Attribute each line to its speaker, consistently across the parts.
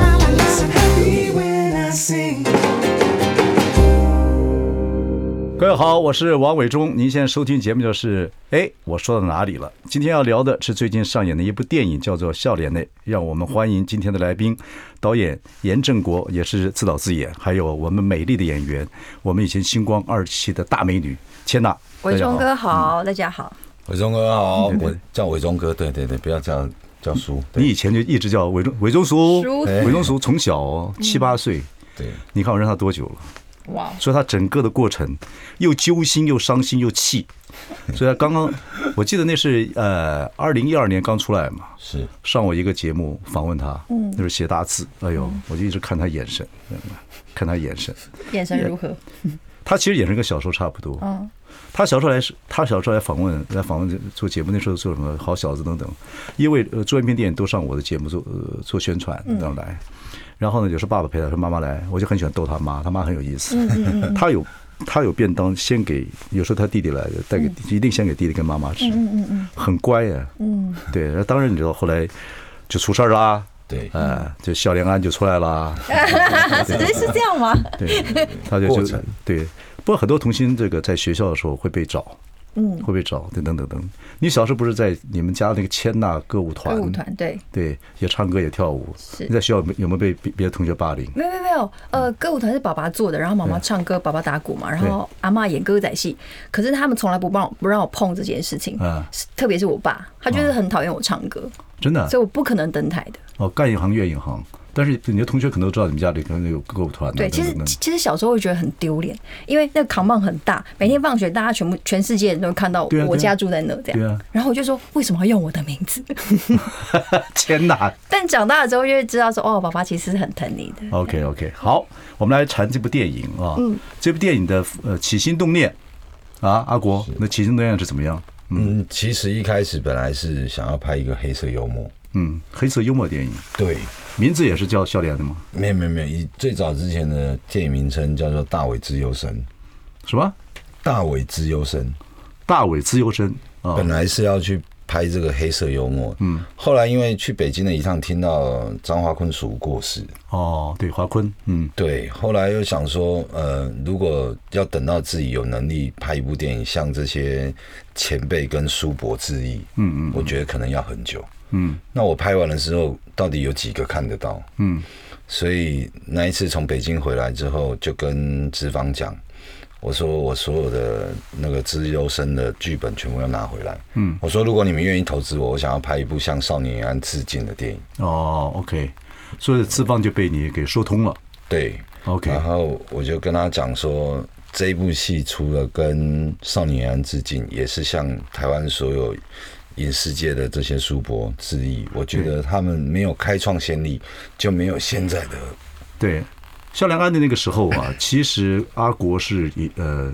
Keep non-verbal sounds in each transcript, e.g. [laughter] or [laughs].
Speaker 1: happy when I sing.
Speaker 2: 各位好，我是王伟忠，您现在收听节目就是，哎，我说到哪里了？今天要聊的是最近上演的一部电影，叫做《笑脸泪》，让我们欢迎今天的来宾，导演严正国，也是自导自演，还有我们美丽的演员，我们以前星光二期的大美女千娜，
Speaker 3: 伟
Speaker 2: 大家嗯
Speaker 3: 忠哥好，大家好。
Speaker 4: 伟忠哥好，我叫伟忠哥，对对对，不要叫叫叔，
Speaker 2: 好，你
Speaker 4: 对
Speaker 2: 以前就一直叫伟忠伟忠叔，
Speaker 3: 叔哎嗯
Speaker 2: 伟忠叔从小哦七八岁，
Speaker 4: 对，
Speaker 2: 你看我认他多久了？
Speaker 3: 哇，
Speaker 2: 所以他整个的过程又揪心又伤心又气，所以他刚刚我记得那是呃二零一二年刚出来嘛，
Speaker 4: 是
Speaker 2: 上我一个节目访问他，嗯，那是写大字，哎呦，我就一直看他眼神，嗯看他眼神，
Speaker 3: 眼神如何？
Speaker 2: 他其实眼神跟小时候差不多，
Speaker 3: 嗯，
Speaker 2: 他小时候来是，他小时候来访问来访问做节目，那时候做什么好小子等等，因为呃专片电影都上我的节目做呃做宣传，然后来，然后呢有时候爸爸陪他，说妈妈来，我就很喜欢逗他妈，他妈很有意思， [laughs] 他有他有便当先给，有时候他弟弟来带给、一定先给弟弟跟妈妈吃，嗯嗯嗯嗯，很乖呀、嗯，对，然后当然你知道后来就出事儿啦。
Speaker 4: 对
Speaker 2: 哎、就笑脸安就出来啦，嗯
Speaker 3: [laughs] 是是这样吗？
Speaker 2: 对，
Speaker 4: [laughs]
Speaker 2: 他就
Speaker 4: 过
Speaker 2: 就
Speaker 4: 程
Speaker 2: 对。不过很多童星这个在学校的时候会被找，嗯，会被找等等等等。你小时候不是在你们家那个千娜歌舞团？
Speaker 3: 歌舞团对，
Speaker 2: 对，也唱歌也跳舞。
Speaker 3: 是
Speaker 2: 你在学校有没有没有被别别的同学霸凌？
Speaker 3: 没有没有没有，
Speaker 2: 嗯
Speaker 3: 呃，歌舞团是爸爸做的，然后妈妈唱歌，爸爸打鼓嘛，然后阿嬷演歌仔戏，可是他们从来不帮我不让我碰这件事情
Speaker 2: 啊，
Speaker 3: 是特别是我爸，他就是很讨厌我唱歌，
Speaker 2: 真的啊
Speaker 3: 所以我不可能登台的。
Speaker 2: 哦，干一行怨一行。但是你的同学可能都知道你们家里可能有歌舞团的。
Speaker 3: 对，
Speaker 2: 等
Speaker 3: 其实
Speaker 2: 等等
Speaker 3: 其其实小时候会觉得很丢脸，因为那个扛棒很大，每天放学大家全部全世界人都会看到
Speaker 2: 嗯对啊
Speaker 3: 我
Speaker 2: 对啊
Speaker 3: 家住在那这
Speaker 2: 对
Speaker 3: 样
Speaker 2: 啊，
Speaker 3: 然后我就说为什么要用我的名字？
Speaker 2: [laughs] 千娜。
Speaker 3: 但长大了之后就会知道说哦，爸爸其实是很疼你的。
Speaker 2: OK OK，好，我们来谈这部电影啊。嗯。这部电影的呃起心动念啊，阿国，那起心动念是怎么样？
Speaker 4: 嗯，其实一开始本来是想要拍一个黑色幽默，
Speaker 2: 嗯，黑色幽默电影，
Speaker 4: 对，
Speaker 2: 名字也是叫笑脸的吗？
Speaker 4: 没有没有没有，以最早之前的电影名称叫做《大伟自由神》，
Speaker 2: 什么？
Speaker 4: 大伟自由神
Speaker 2: 大伟自由身啊
Speaker 4: 本来是要去拍这个黑色幽默，嗯，后来因为去北京的一趟，听到张华坤叔过世，
Speaker 2: 哦，对，华坤，嗯，
Speaker 4: 对，后来又想说，呃，如果要等到自己有能力拍一部电影，向这些前辈跟叔伯致意，嗯嗯，我觉得可能要很久，嗯，那我拍完了之后，到底有几个看得到？嗯，所以那一次从北京回来之后，就跟资方讲，我说我所有的那个资优生的剧本全部要拿回来，嗯，我说如果你们愿意投资我，我想要拍一部向少年安致敬的电影，
Speaker 2: 哦，OK，所以资方就被你给说通了
Speaker 4: 对，
Speaker 2: ，OK，
Speaker 4: 然后我就跟他讲说，这一部戏除了跟少年安致敬，也是向台湾所有影视界的这些叔伯致意。我觉得他们没有开创先例，就没有现在的。
Speaker 2: 对，肖良安的那个时候 [laughs] 啊，其实阿国是一呃。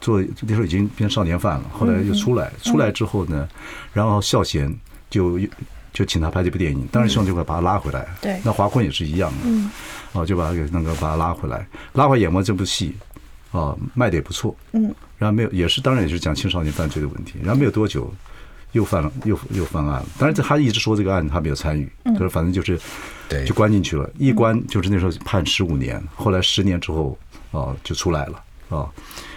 Speaker 2: 做那时候已经变少年犯了，后来又出来，出来之后呢，然后孝贤就就请他拍这部电影，当然希望就会把他拉回来。
Speaker 3: 对
Speaker 2: 那华坤也是一样的，嗯，哦，就把他给那个把他拉回来，拉回来演完这部戏，啊，卖的也不错，嗯，然后没有，也是当然也是讲青少年犯罪的问题，然后没有多久又犯了又又犯案了，当然这他一直说这个案他没有参与，可是反正就是
Speaker 4: 对
Speaker 2: 就关进去了，一关就是那时候判十五年，后来十年之后啊就出来了啊，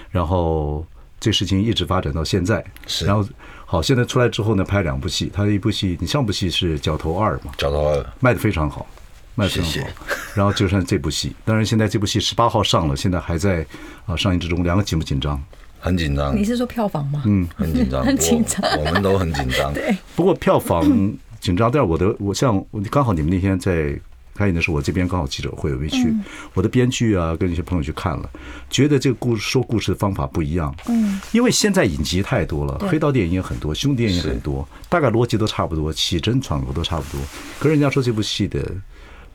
Speaker 2: 然后这事情一直发展到现在，
Speaker 4: 是
Speaker 2: 然后好现在出来之后呢，拍两部戏，他的一部戏你上部戏是《角头二》嘛，
Speaker 4: 找到了，
Speaker 2: 卖的非常好，卖的非常好。
Speaker 4: 谢谢
Speaker 2: 然后就算这部戏，当然现在这部戏十八号上了，现在还在啊、上映之中，两个紧不紧张？
Speaker 4: 很紧张
Speaker 3: 你，是说票房吗？嗯，
Speaker 4: [laughs] 很紧张，
Speaker 3: 很紧张
Speaker 4: 我，我们都很紧张。对，
Speaker 2: 不过票房 [clears throat] 紧张，但是我的我像我刚好你们那天在开演的时候，我这边刚好记者会我没去，我的编剧啊跟一些朋友去看了，觉得这个故事说故事的方法不一样，嗯，因为现在影集太多了，黑道电影也很多，凶电影也很多，大概逻辑都差不多，起争闯楼都差不多，可是人家说这部戏的。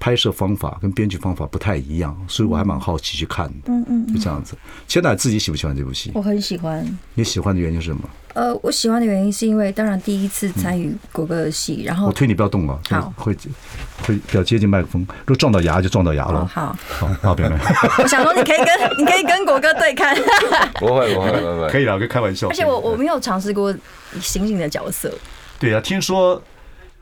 Speaker 2: 拍摄方法跟编剧方法不太一样，所以我还蛮好奇去看的。嗯嗯，就这样子。千乃自己喜不喜欢这部戏
Speaker 3: 我？很喜欢。
Speaker 2: 你喜欢的原因是什么？
Speaker 3: 呃，我喜欢的原因是因为，当然第一次参与国歌的戏，然后
Speaker 2: 嗯我推你不要动啊，这个
Speaker 3: 哦好
Speaker 2: 会会比较接近麦克风，如果撞到牙就撞到牙
Speaker 3: 哦
Speaker 2: 了。
Speaker 3: 好，
Speaker 2: 好，好，表妹，
Speaker 3: [laughs] 我想说你可以跟你可以跟国歌
Speaker 2: [laughs]
Speaker 3: 对看，
Speaker 4: 不会不会不会，
Speaker 2: 可以了，可以开玩笑。
Speaker 3: 而且我我没有尝试过刑警的角色，
Speaker 2: 对啊，听说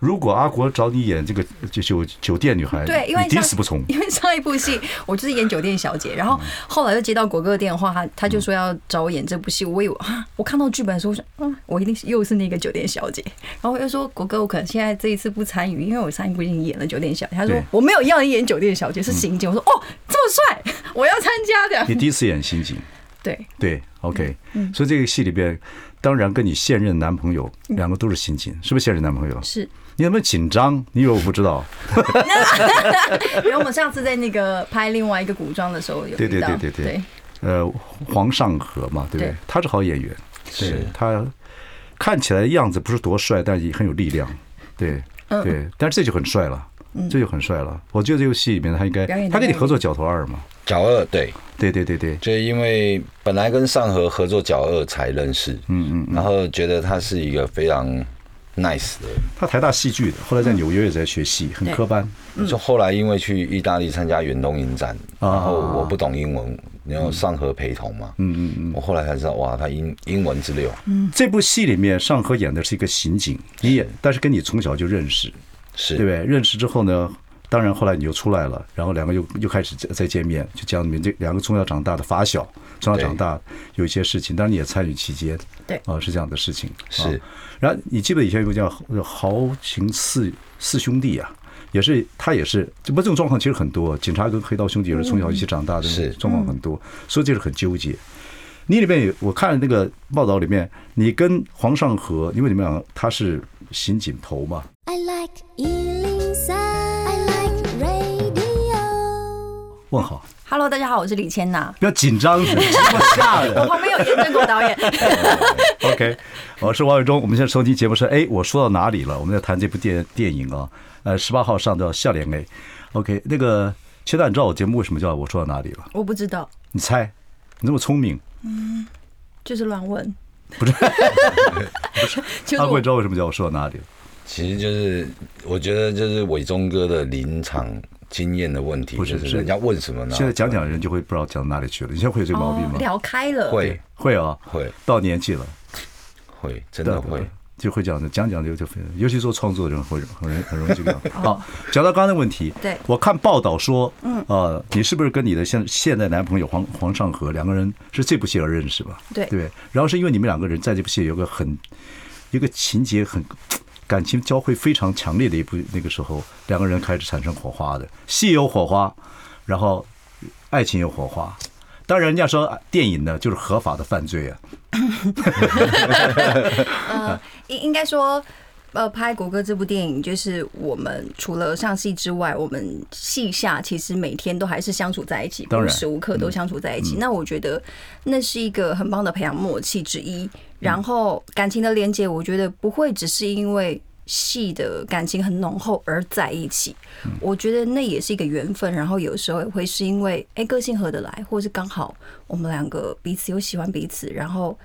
Speaker 2: 如果阿国找你演这个就酒酒店女孩，
Speaker 3: 对，因为
Speaker 2: 哎你
Speaker 3: 上
Speaker 2: 抵死不
Speaker 3: [laughs]
Speaker 2: 从。嗯
Speaker 3: 因为上一部戏我就是演酒店小姐，然后后来就接到国歌的电话，他他就说要找我演这部戏，我以为啊，我看到剧本的时候，我想，嗯，我一定是又是那个酒店小姐，然后又说国歌，我可能现在这一次不参与，因为我上一部已经演了酒店小姐，他说
Speaker 2: 对嗯
Speaker 3: 我没有要你演酒店小姐，是刑警，我说哦，这么帅，我要参加
Speaker 2: 你
Speaker 3: 的，
Speaker 2: 第一次演刑警，
Speaker 3: 对，
Speaker 2: 对，OK，所
Speaker 3: 嗯
Speaker 2: 以这个戏里边，当然跟你现任男朋友两个都是刑警，是不是现任男朋友？
Speaker 3: 是。
Speaker 2: 你有没有紧张？你以为我不知道？
Speaker 3: 因为我们上次在那个拍另外一个古装的时候有
Speaker 2: 对
Speaker 3: 遇
Speaker 2: 对
Speaker 3: 到，
Speaker 2: 对对对呃，黄尚和嘛，对不对
Speaker 3: 对？
Speaker 2: 他是好演员，
Speaker 4: 是
Speaker 2: 对他看起来样子不是多帅，但也很有力量，对
Speaker 3: 嗯
Speaker 2: 对，但是这就很帅了，这就很帅了。我觉得这个戏里面他应该
Speaker 3: 表演，的
Speaker 2: 他跟你
Speaker 3: 魅力
Speaker 2: 合作《角头二》嘛，
Speaker 4: 角二对，
Speaker 2: 对对对对，
Speaker 4: 就是因为本来跟上河合作角二才认识，
Speaker 2: 嗯嗯，
Speaker 4: 然后觉得他是一个非常 nice 的人，
Speaker 2: 他台大戏剧的，后来在纽约也在学戏，很
Speaker 3: 嗯对
Speaker 2: 科班，
Speaker 4: 就后来因为去意大利参加远东影展，
Speaker 2: 嗯啊
Speaker 4: 然后我不懂英文，然后上河陪同嘛，
Speaker 2: 嗯嗯嗯。嗯
Speaker 4: 我后来才知道哇，他英英文之流
Speaker 3: 嗯
Speaker 2: 这部戏里面，尚和演的是一个刑警，你也但是跟你从小就认识，
Speaker 4: 是
Speaker 2: 对不对？认识之后呢，当然后来你就出来了，然后两个又又开始再再见面，就讲你们这两个从小长大的发小，从小长大有一些事情，当然你也参与其间，
Speaker 3: 对
Speaker 2: 啊、是这样的事情。啊
Speaker 4: 是
Speaker 2: 然后你记不记得以前有一部叫《豪情四四兄弟》啊？也是，他也是，这不这种状况其实很多，警察跟黑道兄弟也是从小一起长大的，
Speaker 4: 是
Speaker 2: 状况很多，所以这是很纠结。你里面有，我看那个报道里面，你跟黄尚和，因为你们两个他是刑警头嘛，
Speaker 5: I like Ealing Sound. I like radio.
Speaker 2: 问好，
Speaker 3: ，Hello，大家好，我是李千娜，
Speaker 2: 不要紧张，什么吓
Speaker 3: 我
Speaker 2: 人
Speaker 3: 旁边有严正国导演， [laughs]
Speaker 2: ？OK，我是王伟忠，我们现在收听节目是哎，我说到哪里了？我们在谈这部电电影啊，呃，十八号上到笑脸 A。OK，那个其实你知道我节目为什么叫我说到哪里了？
Speaker 3: 我不知道，
Speaker 2: 你猜，你这么聪明，
Speaker 3: 就是乱问，不是，
Speaker 2: 阿
Speaker 3: 不
Speaker 2: 贵
Speaker 3: 是，
Speaker 2: 知道为什么叫我说到哪里了？
Speaker 4: 其实就是我觉得就是伟忠哥的临场经验的问题，
Speaker 2: 不是
Speaker 4: 就是
Speaker 2: 是
Speaker 4: 人家问什么呢？
Speaker 2: 现在讲讲人就会不知道讲到哪里去了。你现在会有这个毛病
Speaker 3: 哦
Speaker 2: 吗？
Speaker 3: 聊开了，
Speaker 4: 会
Speaker 2: 会啊，
Speaker 4: 会
Speaker 2: 到年纪了，
Speaker 4: 会真的
Speaker 2: 对
Speaker 4: 会。
Speaker 2: 就会讲的，讲讲就就非，尤其做创作的人会很容很容易这个
Speaker 4: [laughs]
Speaker 2: 样。好，讲到刚才的问题，
Speaker 3: 对
Speaker 2: 我看报道说，嗯，呃，你是不是跟你的现现在男朋友黄黄尚和两个人是这部戏而认识吧？
Speaker 3: 对
Speaker 2: 对，然后是因为你们两个人在这部戏有个很有个情节很感情交汇非常强烈的一部，那个时候两个人开始产生火花的，戏有火花，然后爱情有火花。当然，人家说啊电影呢就是合法的犯罪啊，
Speaker 3: 应应该说。呃，拍《国歌》这部电影，就是我们除了上戏之外，我们戏下其实每天都还是相处在一起，
Speaker 2: 当然嗯
Speaker 3: 无时无刻都相处在一起。那我觉得那是一个很棒的培养默契之
Speaker 2: 嗯
Speaker 3: 一。然后感情的连接，我觉得不会只是因为戏的感情很浓厚而在一起，
Speaker 2: 嗯
Speaker 3: 我觉得那也是一个缘分。然后有时候也会是因为哎、个性合得来，或是刚好我们两个彼此有喜欢彼此，然后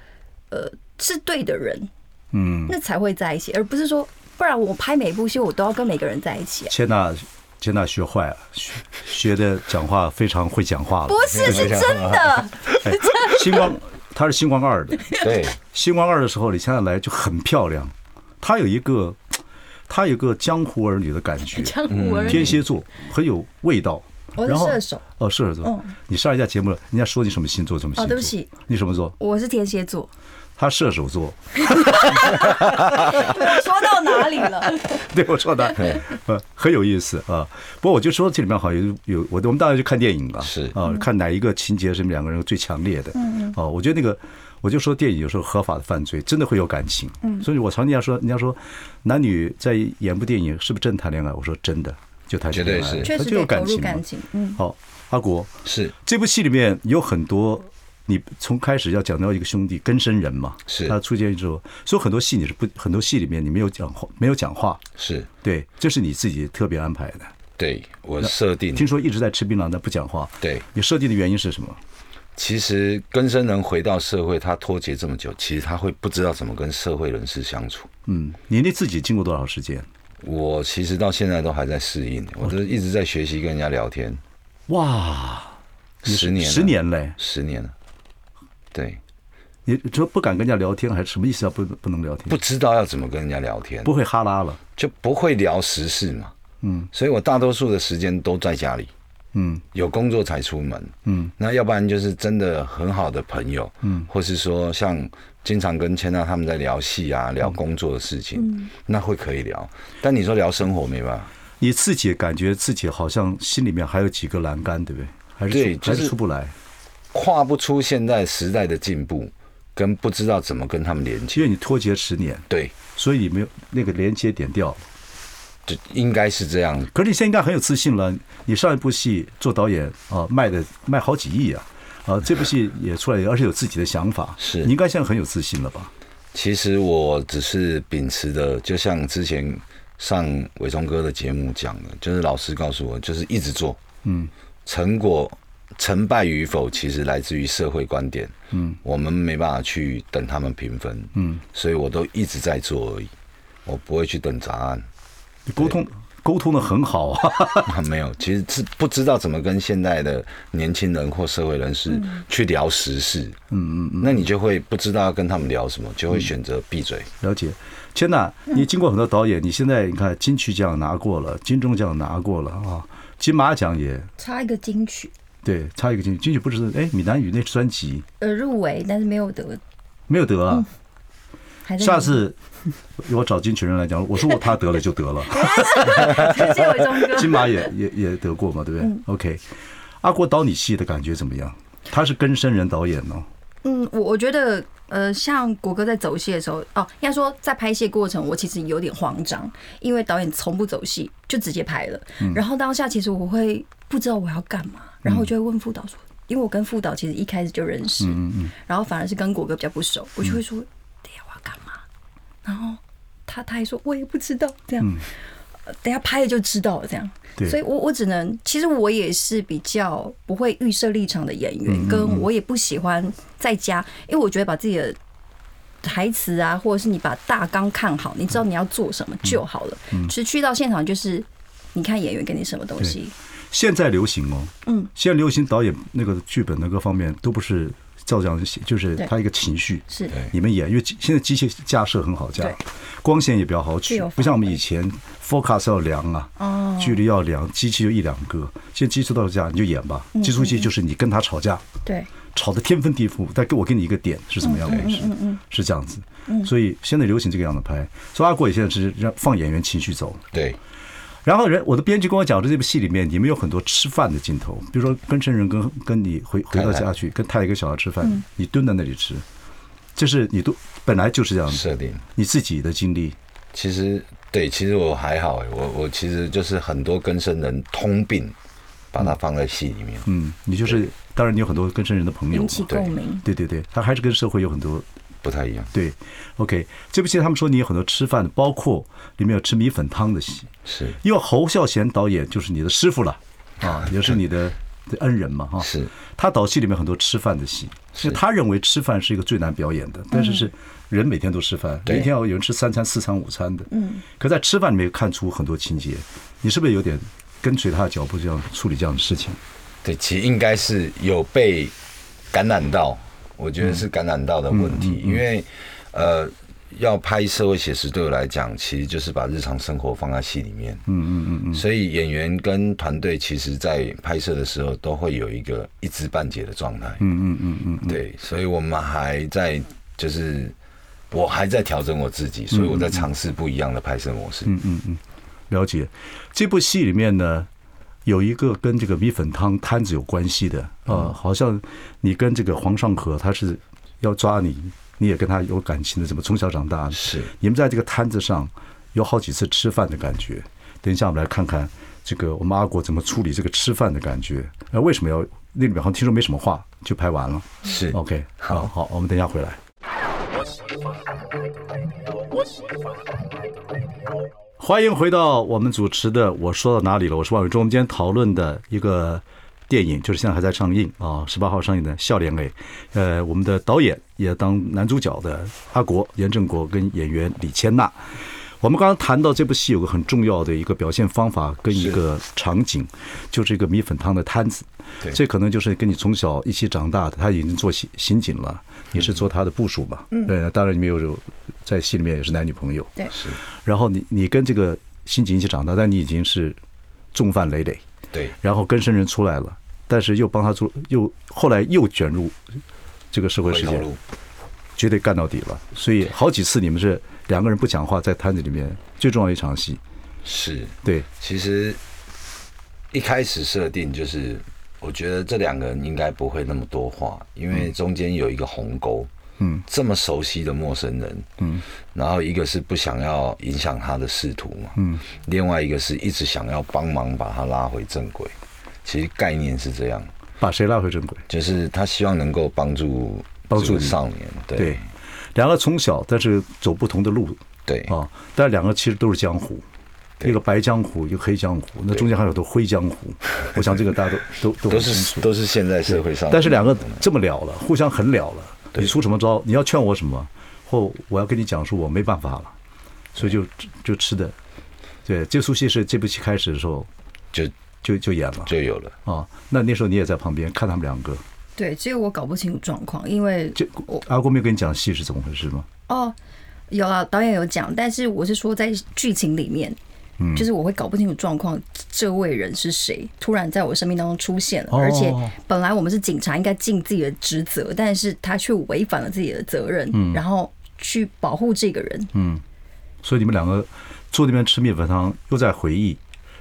Speaker 3: 呃是对的人，
Speaker 2: 嗯。
Speaker 3: 那才会在一起，而不是说，不然我拍每部戏我都要跟每个人在一起、啊。
Speaker 2: 千娜，千娜学坏了，啊学学的讲话非常会讲话了。
Speaker 3: [laughs] 不是，是真的，
Speaker 2: 哎星光，她是星光二的，
Speaker 4: 对，
Speaker 2: 星光二的时候，李千娜来就很漂亮，她有一个，她有个江湖儿女的感觉，
Speaker 3: 江湖儿
Speaker 2: 天
Speaker 3: 女。
Speaker 2: 蝎座很有味道。
Speaker 3: 我是
Speaker 2: 然后
Speaker 3: 射手。嗯
Speaker 2: 哦，射手座。你上一家节目了，人家说你什么星座，什么星座？
Speaker 3: 哦对不起，
Speaker 2: 你什么座？
Speaker 3: 我是天蝎座，
Speaker 2: 他射手座。
Speaker 3: 我 [laughs] 说到哪里了？ [laughs]
Speaker 2: [laughs] 对我说的，呃，很有意思啊。不过我就说这里面好像有有我我们当然去看电影了，
Speaker 4: 是
Speaker 3: 嗯
Speaker 2: 啊，看哪一个情节是你们两个人最强烈的，哦，我觉得那个。我就说电影有时候合法的犯罪真的会有感情，
Speaker 3: 嗯
Speaker 2: 所以我常人家说，人家说男女在演部电影是不是真谈恋爱？我说真的，就谈
Speaker 4: 绝对
Speaker 2: 恋爱
Speaker 4: 是
Speaker 2: 了
Speaker 3: 确
Speaker 2: 它
Speaker 3: 实
Speaker 2: 就有
Speaker 3: 得投
Speaker 2: 感
Speaker 3: 入
Speaker 2: 情嘛
Speaker 3: 感。情，嗯，
Speaker 2: 好，阿国
Speaker 4: 是
Speaker 2: 这部戏里面有很多，你从开始要讲到一个兄弟根生人嘛，
Speaker 4: 是
Speaker 2: 他出现之后，所以很多戏你是不很多戏里面你没有讲话，没有讲话，
Speaker 4: 是，
Speaker 2: 对，这是你自己特别安排的。
Speaker 4: 对我设定
Speaker 2: 听说一直在吃槟榔，但不讲话。
Speaker 4: 对
Speaker 2: 你设计的原因是什么？
Speaker 4: 其实根生人回到社会，他脱节这么久，其实他会不知道怎么跟社会人士相处。
Speaker 2: 嗯，你那自己经过多少时间？
Speaker 4: 我其实到现在都还在适应，
Speaker 2: 哦
Speaker 4: 我都一直在学习跟人家聊天，
Speaker 2: 哇，你
Speaker 4: 十年了，
Speaker 2: 十年嘞！
Speaker 4: 十年了，对，
Speaker 2: 你说不敢跟人家聊天，还是什么意思啊？不不能聊天，
Speaker 4: 不知道要怎么跟人家聊天，
Speaker 2: 不会哈拉了。
Speaker 4: 就不会聊时事嘛。嗯，所以我大多数的时间都在家里。
Speaker 2: 嗯，
Speaker 4: 有工作才出门。嗯，那要不然就是真的很好的朋友。嗯，或是说像经常跟千娜他们在聊戏啊，聊
Speaker 2: 嗯
Speaker 4: 工作的事情，那会可以聊。但你说聊生活没办法，
Speaker 2: 你自己感觉自己好像心里面还有几个栏杆，对不对？还是
Speaker 4: 对
Speaker 2: 出
Speaker 4: 就是
Speaker 2: 还是出不来，
Speaker 4: 跨不出现在时代的进步，跟不知道怎么跟他们连接。
Speaker 2: 因为你脱节十年，
Speaker 4: 对，
Speaker 2: 所以你没有那个连接点掉了。
Speaker 4: 就应该是这样。
Speaker 2: 可是你现在应该很有自信了。你上一部戏做导演啊，卖的卖好几亿啊，啊，这部戏也出来，而且有自己的想法，
Speaker 4: 是
Speaker 2: 你应该现在很有自信了吧？
Speaker 4: 其实我只是秉持的，就像之前上伟忠哥的节目讲的，就是老师告诉我，就是一直做，嗯，成果成败与否，其实来自于社会观点，嗯，我们没办法去等他们评分，嗯，所以我都一直在做而已，我不会去等答案，
Speaker 2: 你沟通沟通的很好啊， [laughs]
Speaker 4: 没有，其实是不知道怎么跟现在的年轻人或社会人士去聊时事，嗯嗯嗯嗯嗯，那你就会不知道要跟他们聊什么，就会选择闭嘴，
Speaker 2: 了解，天呐，你经过很多导演，你现在你看金曲奖拿过了，金钟奖拿过了啊，金马奖也
Speaker 3: 差一个金曲，
Speaker 2: 对，差一个金曲，金曲不是哎，闽南语那专辑
Speaker 3: 呃，入围但是没有得，
Speaker 2: 没有得啊。
Speaker 3: 还在
Speaker 2: 下次我找金曲人来讲，我说我他得了就得了，
Speaker 3: [laughs] 直接伟忠
Speaker 2: [laughs]
Speaker 3: 哥
Speaker 2: 金马也也也得过嘛，对不对、o
Speaker 3: 嗯
Speaker 2: k 阿国导你戏的感觉怎么样？他是根生人导演哦，
Speaker 3: 嗯，我我觉得，呃，像国哥在走戏的时候，哦，应该说在拍戏过程，我其实有点慌张，因为导演从不走戏，就直接拍了。然后当下其实我会不知道我要干嘛，然后我就会问副导说，因为我跟副导其实一开始就认识，然后反而是跟国哥比较不熟，我就会说，等一下我要干嘛？然后他他还说我也不知道，这样，呃等一下拍了就知道了，这样。
Speaker 2: 对
Speaker 3: 所以我我只能，其实我也是比较不会预设立场的演员，跟我也不喜欢在家，因为我觉得把自己的台词啊，或者是你把大纲看好，你知道你要做什么就好了。其实去到现场就是。你看演员给你什么东西，
Speaker 2: 现在流行哦，嗯，现在流行导演那个剧本那各方面都不是照这样写，就是
Speaker 3: 对
Speaker 2: 他一个情绪
Speaker 3: 是
Speaker 2: 你们演，因为机现在机械架设很好架
Speaker 3: 对，
Speaker 2: 光线也比较好
Speaker 3: 是
Speaker 2: 取
Speaker 3: 有，
Speaker 2: 不像我们以前 focus 要量啊，
Speaker 3: 哦
Speaker 2: 距离要量，机器就一两个，现在接触到架你就演吧，
Speaker 3: 嗯
Speaker 2: 接触器就是你跟他吵架，
Speaker 3: 对，
Speaker 2: 吵得天分地覆，但给我给你一个点是怎么样回事，是这样子，所以现在流行这个样子拍，所以阿贵现在是让放演员情绪走，
Speaker 4: 对。
Speaker 2: 然后人，我的编剧跟我讲，说这部戏里面你们有很多吃饭的镜头，比如说跟真人跟跟你回回到家去，跟太太跟小孩吃饭，你蹲在那里吃，这是你都本来就是这样
Speaker 4: 设
Speaker 2: 子，
Speaker 4: 定。
Speaker 2: 你自己的经历，
Speaker 4: 其实对，其实我还好哎，我我其实就是很多根生人通病，把它放在戏里面。
Speaker 2: 嗯，你就是当然你有很多跟真人的朋友
Speaker 3: 引
Speaker 2: 嘛，
Speaker 3: 起
Speaker 4: 对
Speaker 3: 共鸣。
Speaker 2: 对对对，他还是跟社会有很多
Speaker 4: 不太一样。
Speaker 2: 对，OK，这部戏他们说你有很多吃饭的，包括里面有吃米粉汤的戏，
Speaker 4: 是
Speaker 2: 因为侯孝贤导演就是你的师傅了啊，也是你的的恩人嘛哈。
Speaker 4: 是，
Speaker 2: 他导戏里面很多吃饭的戏，是他认为吃饭是一个最难表演的，但是是人每天都吃饭，
Speaker 4: 对
Speaker 2: 每天要有人吃三餐、四餐、五餐的。嗯，可在吃饭里面看出很多情节，你是不是有点跟随他的脚步这样处理这样的事情？
Speaker 4: 对，其实应该是有被感染到，我觉得是感染到的问题，因为呃，要拍社会写实，对我来讲，其实就是把日常生活放在戏里面。嗯嗯嗯嗯。所以演员跟团队其实，在拍摄的时候都会有一个一知半解的状态。嗯嗯嗯嗯。对，所以我们还在就是。我还在调整我自己，所以我在尝试不一样的拍摄模式。
Speaker 2: 了解，这部戏里面呢，有一个跟这个米粉汤摊子有关系的，呃，好像你跟这个黄尚和他是要抓你，你也跟他有感情的，怎么从小长大的？
Speaker 4: 是
Speaker 2: 你们在这个摊子上有好几次吃饭的感觉。等一下，我们来看看这个我们阿国怎么处理这个吃饭的感觉。呃，为什么要那里面好像听说没什么话就拍完了
Speaker 4: 是
Speaker 2: ？OK，好好，我们等一下回来。欢迎回到我们主持的《我说到哪里了》，我是王伟忠。我们今天讨论的一个电影，就是现在还在上映啊，十八号上映的《笑脸 A》。呃，我们的导演也当男主角的阿国严正国跟演员李千娜。我们刚刚谈到这部戏有个很重要的一个表现方法跟一个场景，就是一个米粉汤的摊子。
Speaker 4: 对
Speaker 2: 这可能就是跟你从小一起长大的，他已经做刑刑警了，
Speaker 4: 嗯
Speaker 2: 你是做他的部署嘛？嗯，对，当然你们有在戏里面也是男女朋友。
Speaker 3: 对，
Speaker 2: 然后你你跟这个刑警一起长大，但你已经是重犯累累，
Speaker 4: 对
Speaker 2: 然后跟生人出来了，但是又帮他做，又后来又卷入这个社会
Speaker 4: 回
Speaker 2: 事
Speaker 4: 头
Speaker 2: 件，
Speaker 4: 路。
Speaker 2: 绝对干到底了。所以好几次你们是两个人不讲话，在摊子里面最重要一场戏，
Speaker 4: 是，
Speaker 2: 对，
Speaker 4: 其实一开始设定就是，我觉得这两个人应该不会那么多话，因为中间有一个鸿沟。
Speaker 2: 嗯，
Speaker 4: 这么熟悉的陌生人，嗯，然后一个是不想要影响他的仕途嘛，嗯，另外一个是一直想要帮忙把他拉回正轨。其实概念是这样，
Speaker 2: 把谁拉回正轨？
Speaker 4: 就是他希望能够帮助
Speaker 2: 帮助
Speaker 4: 这个
Speaker 2: 你
Speaker 4: 少年，对
Speaker 2: 对，两个从小但是走不同的路
Speaker 4: 对
Speaker 2: 啊，但两个其实都是江湖。
Speaker 4: 对
Speaker 2: 一个白江湖，一个黑江湖，那中间还有个灰江湖。我想这个大家
Speaker 4: [laughs]
Speaker 2: 都都都
Speaker 4: 都
Speaker 2: 很清
Speaker 4: 是
Speaker 2: 楚。
Speaker 4: 都是现在社会上，
Speaker 2: 但是两个这么聊了，互相很聊了。
Speaker 4: 对
Speaker 2: 你出什么招？你要劝我什么，或我要跟你讲说我没办法了，所以就就吃的。对，这出戏是这部戏开始的时候
Speaker 4: 就
Speaker 2: 就就演了
Speaker 4: 就有了。
Speaker 2: 啊。那那时候你也在旁边看他们两个，
Speaker 3: 对，只有我搞不清楚状况，因为
Speaker 2: 就
Speaker 4: 哦
Speaker 2: 阿郭没有跟你讲戏是怎么回事吗？
Speaker 3: 哦，有啊，导演有讲，但是我是说在剧情里面，
Speaker 4: 嗯
Speaker 3: 就是我会搞不清楚状况，这位人是谁，突然在我生命当中出现了，
Speaker 2: 哦
Speaker 3: 而且本来我们是警察，应该尽自己的职责，但是他却违反了自己的责任，
Speaker 4: 嗯
Speaker 3: 然后去保护这个人，
Speaker 2: 所以你们两个坐那边吃面粉汤，又在回忆，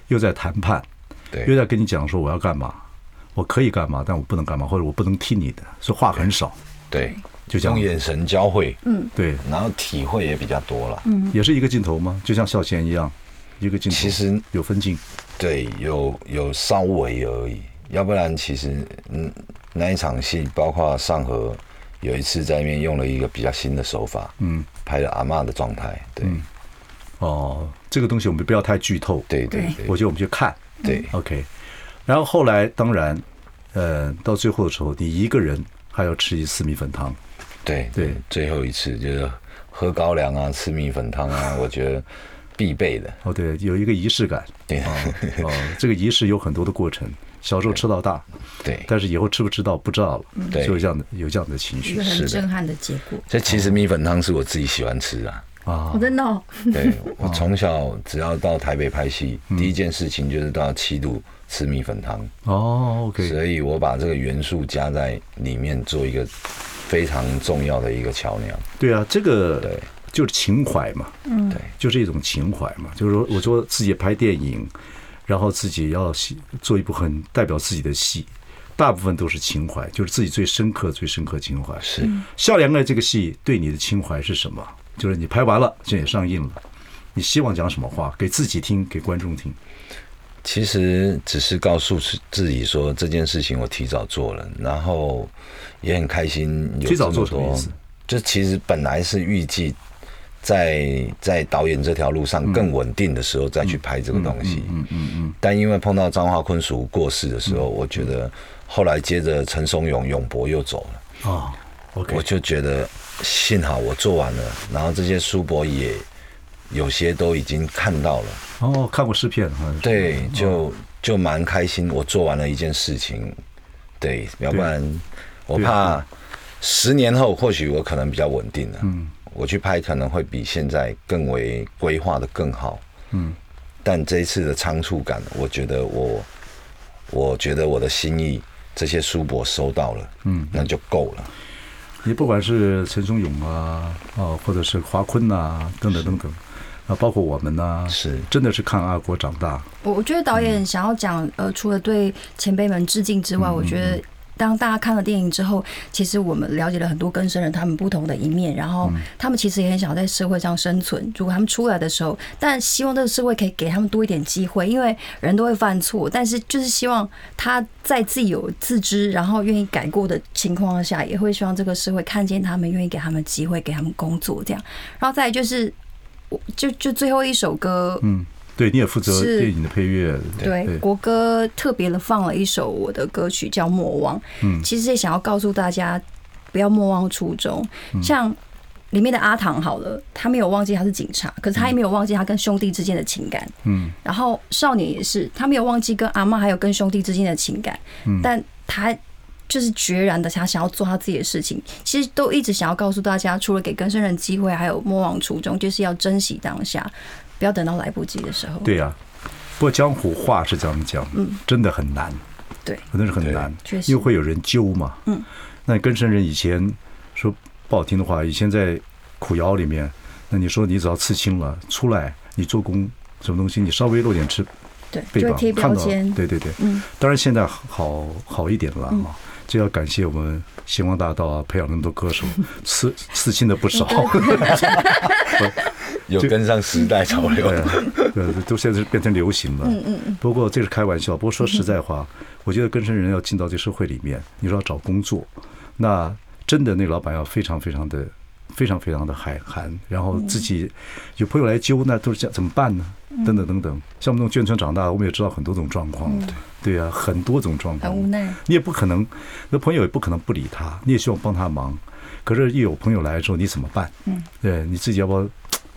Speaker 2: 又在谈判，
Speaker 4: 对
Speaker 2: 又在跟你讲说我要干嘛，我可以干嘛，但我不能干嘛，或者我不能替你的，所以话很少。
Speaker 4: 对，
Speaker 2: 就这样
Speaker 4: 用眼神交汇，嗯，
Speaker 2: 对，
Speaker 4: 然后体会也比较多了。嗯，
Speaker 2: 也是一个镜头吗？就像孝贤一样，一个镜头，
Speaker 4: 其实
Speaker 2: 有分镜。
Speaker 4: 对，有有稍微而已，要不然其实嗯，那一场戏包括上河有一次在那边用了一个比较新的手法，嗯，拍了阿嬷的状态，对，
Speaker 2: 哦，这个东西我们不要太剧透。
Speaker 4: 对对
Speaker 3: 对
Speaker 2: 我觉得我们去看。
Speaker 4: 对嗯
Speaker 2: OK，然后后来当然，呃，到最后的时候，你一个人还要吃一次米粉汤。
Speaker 4: 对
Speaker 2: 对，
Speaker 4: 最后一次就是喝高粱啊，吃米粉汤 [laughs] 啊，我觉得必备的，
Speaker 2: 哦，对，有一个仪式感。
Speaker 4: 对
Speaker 2: 哦，
Speaker 4: [laughs]
Speaker 2: 哦这个仪式有很多的过程，小时候吃到大，
Speaker 4: 对。 [laughs]
Speaker 2: 但是以后吃不吃到不知道了，
Speaker 4: 嗯对
Speaker 2: 就有这样的有这样的情
Speaker 3: 一
Speaker 2: 绪
Speaker 3: 个
Speaker 4: 是
Speaker 3: 很
Speaker 4: 的哦
Speaker 3: 震撼的结果。
Speaker 4: 这其实米粉汤是我自己喜欢吃啊，
Speaker 2: 啊
Speaker 3: 我。真的哦，
Speaker 4: 对我从小只要到台北拍戏，第一件事情就是到七度吃米粉汤，
Speaker 2: 哦，OK，
Speaker 4: 所以我把这个元素加在里面，做一个非常重要的一个桥梁。
Speaker 2: 对啊，这个
Speaker 4: 对嗯
Speaker 2: 就是情怀嘛。
Speaker 4: 对
Speaker 2: 就是一种情怀嘛。就是说，我说自己拍电影，然后自己要戏做一部很代表自己的戏，大部分都是情怀，就是自己最深刻、最深刻情怀。
Speaker 4: 是，
Speaker 2: 笑脸爱这个戏对你的情怀是什么？就是你拍完了，现在也上映了，你希望讲什么话给自己听，给观众听？
Speaker 4: 其实只是告诉自自己说这件事情我提早做了，然后也很开心有
Speaker 2: 提早
Speaker 4: 这
Speaker 2: 做
Speaker 4: 么
Speaker 2: 什么
Speaker 4: 多
Speaker 2: 意思
Speaker 4: 就其实本来是预计在在导演这条路
Speaker 2: 嗯
Speaker 4: 上更稳定的时候再去拍这个东西，嗯嗯嗯。但因为碰到张华坤叔过世的时候，
Speaker 2: 嗯
Speaker 4: 我觉得后来接着陈松勇、永博又走了。
Speaker 2: 啊，OK，
Speaker 4: 哦我就觉得幸好我做完了，然后这些书博也有些都已经看到了，
Speaker 2: 哦，看过试片，好像是
Speaker 4: 对，就就蛮开心，我做完了一件事情，对，要不然我怕十年后或许我可能比较稳定了，嗯，我去拍可能会比现在更为规划的更好，嗯，但这一次的仓促感，我觉得我我觉得我的心意。这些书博收到了，嗯，那就够了。
Speaker 2: 你不管是陈松勇啊，啊，或者是华坤呐、等等等等，啊，包括我们呐、
Speaker 4: 是
Speaker 2: 真的是看阿国长大，
Speaker 3: 我我觉得导演想要讲，呃，除了对前辈们致敬之外，我觉得当大家看了电影之后，其实我们了解了很多更生人他们不同的一面，然后他们其实也很想在社会上生存。如果他们出来的时候，但希望这个社会可以给他们多一点机会，因为人都会犯错，但是就是希望他在自己有自知，然后愿意改过的情况下，也会希望这个社会看见他们，愿意给他们机会，给他们工作这样。然后再来就是我就就最后一首歌，
Speaker 2: 嗯，对，你也负责
Speaker 3: 是
Speaker 2: 电影的配乐，
Speaker 3: 对
Speaker 2: 对
Speaker 3: 国歌特别的放了一首我的歌曲叫《莫忘》，
Speaker 2: 嗯
Speaker 3: 其实也想要告诉大家不要莫忘初衷。
Speaker 2: 嗯
Speaker 3: 像里面的阿唐好了，他没有忘记他是警察，可是他也没有忘记他跟兄弟之间的情感。
Speaker 2: 嗯
Speaker 3: 然后少年也是，他没有忘记跟阿妈还有跟兄弟之间的情感，
Speaker 2: 嗯
Speaker 3: 但他就是决然的，他想要做他自己的事情。其实都一直想要告诉大家，除了给更生人机会，还有莫忘初衷，就是要珍惜当下，不要等到来不及的时候。
Speaker 2: 对呀、不过江湖话是这样讲，嗯，真的很难，
Speaker 3: 对
Speaker 2: 真的是很难，
Speaker 3: 确实
Speaker 2: 因为会有人揪嘛，嗯，那跟生人以前说不好听的话，以前在苦窑里面，那你说你只要刺青了出来，你做工什么东西，你稍微露点吃
Speaker 3: 对，
Speaker 2: 背
Speaker 3: 就会
Speaker 2: 膀，
Speaker 3: 贴标
Speaker 2: 看到
Speaker 3: 签。
Speaker 2: 对对对，
Speaker 3: 嗯，
Speaker 2: 当然现在好好一点了啊。这要感谢我们星光大道啊，培养那么多歌手，刺刺青的不少，
Speaker 4: 有跟上时代潮流。
Speaker 2: [laughs] 对，对，都现在是变成流行了。嗯嗯嗯。不过这是开玩笑，不过说实在话，我觉得更生人要进到这社会里面，你说要找工作，那真的那老板要非常非常的。非常非常的海涵，然后自己有朋友来揪，那都是这样怎么办呢？等等等等，像我们这种眷村长大，我们也知道很多种状况，对呀、嗯很多种状况，
Speaker 3: 很无奈
Speaker 2: 你也不可能，那朋友也不可能不理他，你也希望帮他忙，可是，一有朋友来的时候，你怎么办？嗯，对，你自己要不要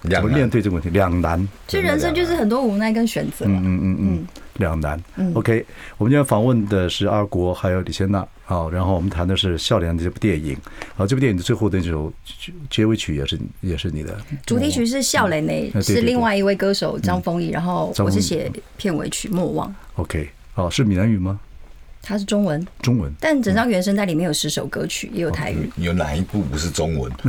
Speaker 2: 怎
Speaker 4: [laughs] 两
Speaker 2: 么
Speaker 4: 难
Speaker 2: 面对这个问题？两难，
Speaker 3: 所以人生就是很多无奈跟选择嘛。
Speaker 2: 嗯嗯嗯，两难。OK，我们今天访问的是阿国还有李千娜啊，然后我们谈的是《笑脸》这部电影，啊，这部电影的最后的那首结结尾曲也是也是你的
Speaker 3: 主题曲是《笑脸》
Speaker 2: 嗯
Speaker 3: 呢，
Speaker 2: 对
Speaker 3: 是
Speaker 2: 对嗯
Speaker 3: 另外一位歌手张丰毅，然后
Speaker 2: 张
Speaker 3: 我
Speaker 2: 丰毅
Speaker 3: 是写片尾曲《莫忘》，
Speaker 2: OK，哦、是闽南语吗？
Speaker 3: 它是中文，
Speaker 2: 中文？
Speaker 3: 但整张原声带里面有十首歌曲，也
Speaker 2: 哦
Speaker 3: 有台语，
Speaker 4: 有哪一部不是中文？
Speaker 3: [laughs]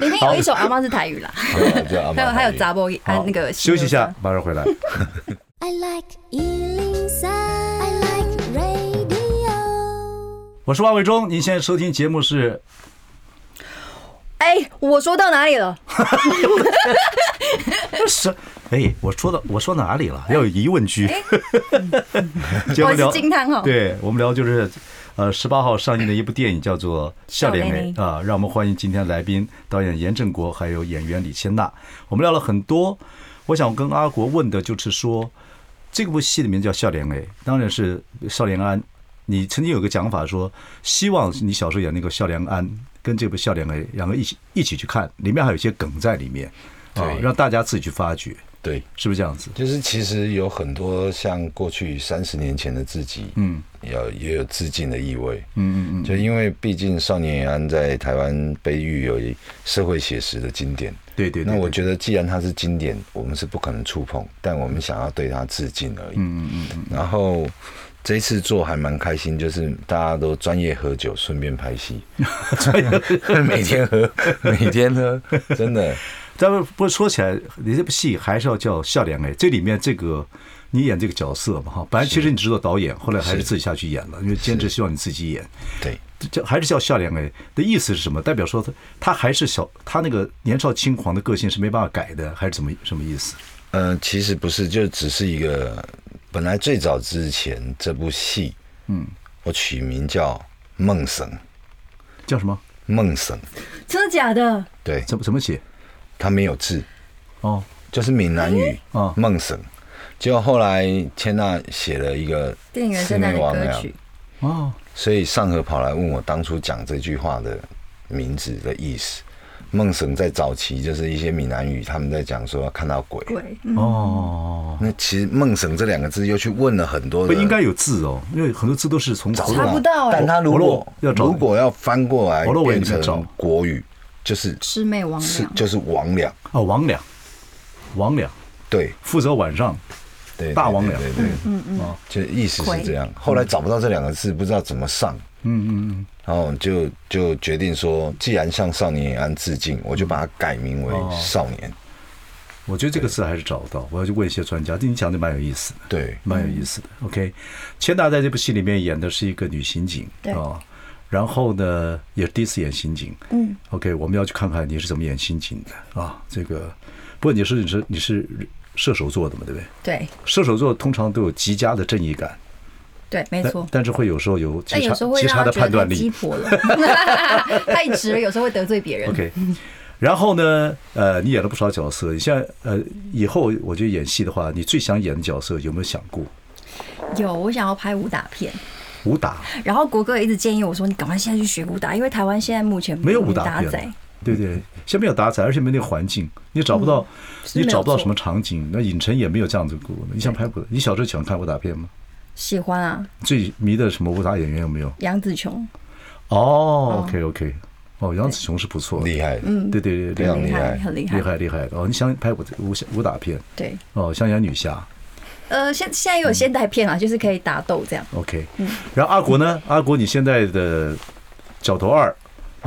Speaker 3: 里面有一首阿妈是台语啦，
Speaker 4: 啊就阿
Speaker 3: [laughs] 还有
Speaker 4: 玛
Speaker 3: 还有
Speaker 4: 尼
Speaker 3: 杂波啊
Speaker 2: 好
Speaker 3: 那个
Speaker 2: 休息一下
Speaker 3: 新，
Speaker 2: 马上回来。 [laughs]
Speaker 5: I like Ealing Sound. I like radio.
Speaker 2: 我是万伟忠，您现在收听节目是
Speaker 3: [laughs] 歌声。哎，我说到哪里
Speaker 2: [laughs]
Speaker 3: 了？
Speaker 2: 是，哎，我说到我说哪里了？要有疑问句。 [laughs] 今天
Speaker 3: 哎嗯我
Speaker 2: 们
Speaker 3: 是
Speaker 2: 聊
Speaker 3: 惊叹哦号
Speaker 2: 对我们聊就是，呃，十八号上映的一部电影叫做《笑脸
Speaker 3: 笑
Speaker 2: 梅
Speaker 3: 脸》梅
Speaker 2: 啊，让我们欢迎今天来宾导演严正国，还有演员李千娜。我们聊了很多，我想跟阿国问的就是说，这部戏的名字叫《笑脸梅》，当然是少年安。你曾经有个讲法说，希望你小时候演那个《笑脸安》跟这部《笑脸梅》两个一起一起去看，里面还有一些梗在里面，啊
Speaker 4: 对，
Speaker 2: 让大家自己去发掘，
Speaker 4: 对，
Speaker 2: 是不是这样子？
Speaker 4: 就是其实有很多像过去三十年前的自己，嗯，要也有致敬的意味，嗯嗯嗯，就因为毕竟少年延安在台湾被誉为社会写实的经典，
Speaker 2: 对对对
Speaker 4: 那我
Speaker 2: 对
Speaker 4: 觉得既然它是经典，我们是不可能触碰，但我们想要对它致敬而已，嗯嗯嗯，然后。这一次做还蛮开心，就是大家都专业喝酒，顺便拍戏， [laughs] 每天喝，每天喝，真的。
Speaker 2: 但不不过说起来，你这部戏还是要叫《笑脸》哎，这里面这个你演这个角色嘛哈，本来其实你知道导演，后来还是自己下去演了，因为坚持希望你自己演，
Speaker 4: 对，
Speaker 2: 这还是叫《笑脸》哎的意思是什么？代表说他他还是小，他那个年少轻狂的个性是没办法改的，还是怎么什么意思？
Speaker 4: 呃，其实不是，就只是一个本来最早之前这部戏，嗯，我取名叫《梦神》，
Speaker 2: 叫什么？
Speaker 4: 梦神，
Speaker 3: [laughs] 真的假的？
Speaker 4: 对，
Speaker 2: 怎么怎么写？
Speaker 4: 它没有字，
Speaker 2: 哦，
Speaker 4: 就是闽南语
Speaker 2: 啊
Speaker 4: 梦神。结果后来千娜写了一个
Speaker 3: 电影原
Speaker 4: 四
Speaker 3: 声带
Speaker 4: 面
Speaker 3: 的
Speaker 4: 王
Speaker 3: 歌
Speaker 4: 呀，
Speaker 3: 曲，
Speaker 2: 哦，
Speaker 4: 所以上河跑来问我当初讲这句话的名字的意思。梦神在早期就是一些闽南语，他们在讲说看到鬼。
Speaker 3: 对，嗯
Speaker 2: 哦，
Speaker 4: 那其实“梦神”这两个字又去问了很多
Speaker 2: 不
Speaker 4: 的，
Speaker 2: 应该有字哦，因为很多字都是从
Speaker 4: 找
Speaker 2: 古
Speaker 4: 不
Speaker 2: 代
Speaker 4: 到，
Speaker 3: 查不到欸
Speaker 4: 但他如
Speaker 2: 我
Speaker 4: 果
Speaker 2: 若要找
Speaker 4: 如果要翻过来
Speaker 2: 我若我也
Speaker 4: 变
Speaker 2: 没找
Speaker 4: 成国语，就是
Speaker 3: 魑魅魍
Speaker 4: 是
Speaker 3: 魉，
Speaker 4: 就是魍魉，
Speaker 2: 哦，王两，王两
Speaker 4: 对
Speaker 2: 负责晚上
Speaker 4: 对，对
Speaker 2: 大魍魉
Speaker 4: 对对，对
Speaker 2: 嗯嗯，
Speaker 4: 就意思是这样。后来找不到这两个字，不知道怎么上，
Speaker 2: 嗯嗯嗯，
Speaker 4: 然后就就决定说，既然向少年延安致敬，我就把它改名
Speaker 2: 哦
Speaker 4: 为少年。
Speaker 2: 我觉得这个字还是找不到，我要去问一些专家，这你讲的蛮有意思的。
Speaker 4: 对，
Speaker 2: 蛮有意思的。OK，千娜在这部戏里面演的是一个女刑警
Speaker 3: 对
Speaker 2: 啊，然后呢也是第一次演刑警。嗯，OK，我们要去看看你是怎么演刑警的啊。这个，不过你是你是你是射手座的嘛，对不对？
Speaker 3: 对
Speaker 2: 射手座通常都有极佳的正义感，
Speaker 3: 对，没
Speaker 2: 但
Speaker 3: 错。
Speaker 2: 但是会有时候有
Speaker 3: 但
Speaker 2: 极
Speaker 3: 有
Speaker 2: 差
Speaker 3: 时候会
Speaker 2: 极
Speaker 3: 让
Speaker 2: 差
Speaker 3: 他
Speaker 2: 的
Speaker 3: 觉
Speaker 2: 判
Speaker 3: 得
Speaker 2: 断
Speaker 3: [laughs] 太鸡
Speaker 2: 力。 [laughs]
Speaker 3: [laughs] 婆了，太直了，有时候会得罪别人。
Speaker 2: OK，然后呢，呃，你演了不少角色，你现在呃，以后我觉得演戏的话，你最想演的角色有没有想过？
Speaker 3: 有，我想要拍武打片，
Speaker 2: 武打
Speaker 3: 然后国哥也一直建议我说，你赶快现在去学武打，因为台湾现在目前
Speaker 2: 没有武
Speaker 3: 武
Speaker 2: 打
Speaker 3: 打
Speaker 2: 片啊
Speaker 3: 仔
Speaker 2: 了，，对对，现在没有打仔，而且没那个环境，你找不到，
Speaker 3: 嗯是
Speaker 2: 你
Speaker 3: 没有
Speaker 2: 找不到
Speaker 3: 错
Speaker 2: 什么场景。那影城也没有这样子过。你想拍武打？你小时候喜欢看武打片吗？
Speaker 3: 喜欢啊，
Speaker 2: 最迷的什么武打演员有没有？
Speaker 3: 杨紫琼，
Speaker 2: 哦，OK OK，哦，杨紫琼是不错，
Speaker 4: 厉害，
Speaker 2: 嗯，对对对
Speaker 4: 非常
Speaker 2: 对，
Speaker 4: 厉害
Speaker 3: 很厉害，
Speaker 2: 厉害厉害。哦，你想拍武武武打片？
Speaker 3: 对，
Speaker 2: 哦，想演女侠
Speaker 3: 呃，现现在也有现代片啊，就是可以打斗这样。
Speaker 2: ，OK。然后
Speaker 3: 嗯
Speaker 2: 阿国呢？阿国，你现在的《角头二》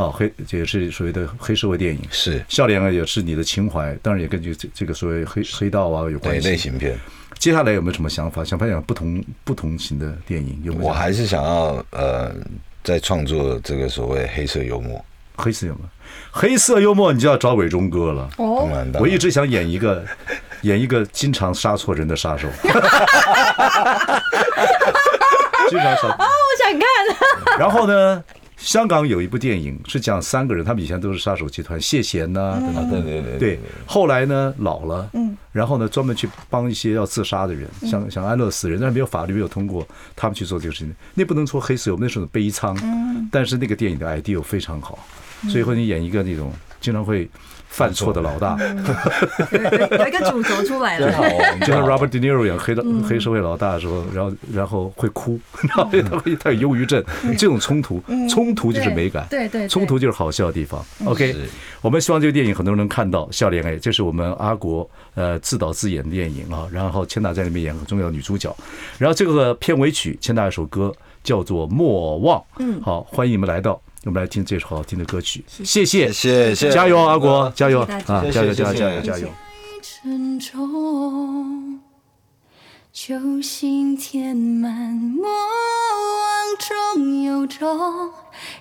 Speaker 2: 啊，黑这也是所谓的黑社会电影。
Speaker 4: 是
Speaker 2: 笑脸啊，也是你的情怀，当然也根据这这个所谓黑黑道啊有
Speaker 4: 对
Speaker 2: 关
Speaker 4: 类
Speaker 2: 系。
Speaker 4: 型片。
Speaker 2: 接下来有没有什么想法？想拍点不同不同型的电影？有没有？
Speaker 4: 我还是想要呃，在创作这个所谓黑色幽默。
Speaker 2: 黑色幽默，黑色幽默你就要找伟忠哥了。
Speaker 4: 当
Speaker 3: 哦，
Speaker 4: 然，当
Speaker 2: 我
Speaker 4: 然
Speaker 2: 一直想演一个， [laughs] 演一个经常杀错人的杀手。 [laughs] 经常杀。
Speaker 3: 哦我想看。 [laughs]
Speaker 2: 然后呢，香港有一部电影是讲三个人，他们以前都是杀手集团，谢贤呐、等等
Speaker 4: 啊，对对对
Speaker 2: 对，后来呢老了，嗯，然后呢专门去帮一些要自杀的人，想想安乐死人，但是没有法律没有通过，他们去做这个事情，那不能说黑色，我们那是种悲苍，但是那个电影的 idea 非常好，所以会你演一个那种经常会犯错的老大，
Speaker 3: 有一个主轴出来
Speaker 4: 最好
Speaker 3: 了，
Speaker 4: 哦，
Speaker 2: [laughs] 就像
Speaker 3: 啊
Speaker 2: Robert De Niro 演黑的
Speaker 3: 嗯
Speaker 2: 黑社会老大的时候，然后然后会哭， [laughs] 然后他会他有忧郁症，这种冲突，冲突就是美感，
Speaker 3: 嗯对对对嗯
Speaker 2: 冲突就是好笑的地方。OK，我们希望这个电影很多人能看到《笑脸》哎，这是我们阿国呃自导自演的电影啊，然后千娜在里面演很重要的女主角，然后这个片尾曲千娜有首歌叫做《莫忘》，嗯，好，欢迎你们来到。我们来听这首好听的歌曲，谢谢，
Speaker 4: 谢谢
Speaker 2: 加油，啊阿国，加油
Speaker 3: 谢谢大家
Speaker 2: 啊，加油，加油，加油，加
Speaker 4: 谢谢谢谢
Speaker 2: 油！
Speaker 5: 晨钟，酒醒填满莫忘中有种，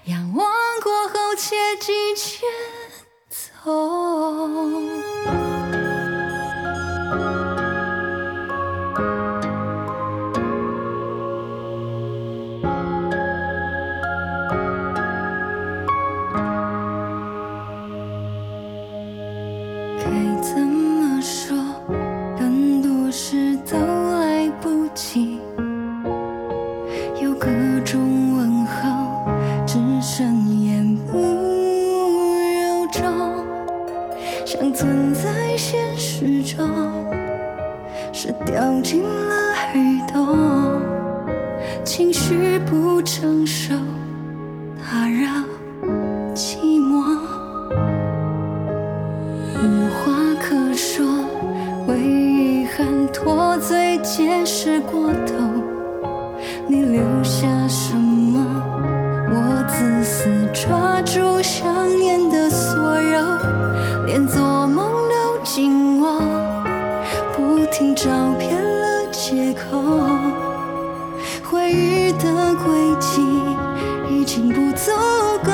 Speaker 5: 仰望过后切记前走。该怎么说？很多事都来不及，有各种问号，只剩言不由衷，像存在现实中，是掉进了黑洞，情绪不成熟，打扰寂寞。无话可说，为遗憾脱罪，解释过头。你留下什么？我自私抓住想念的所有，连做梦都紧握，不停找遍了借口。回忆的轨迹已经不足够。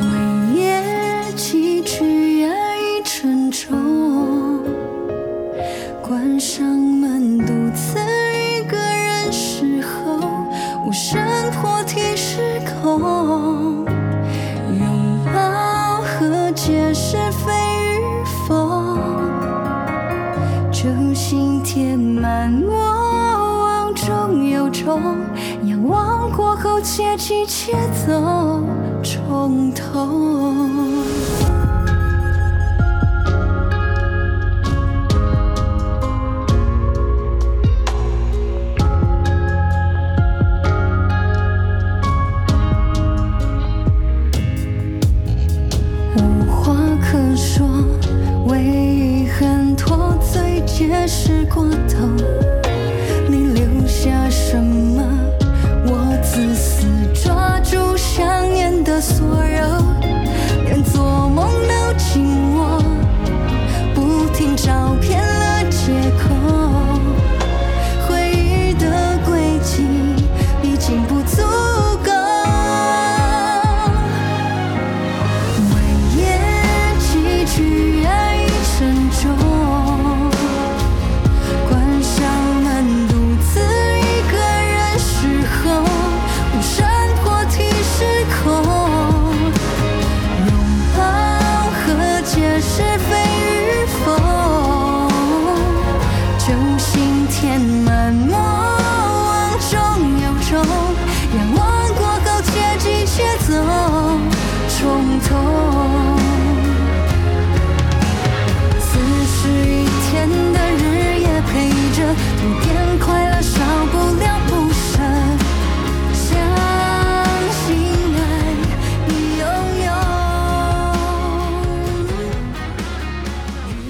Speaker 5: 为夜寄去压抑沉重，关上门，独自一个人时候，无声破题失控，拥抱和解是非与否，酒醒填满我。忘中有种，仰望过后切记切走，重头。无话可说，为遗憾脱罪，解释过头。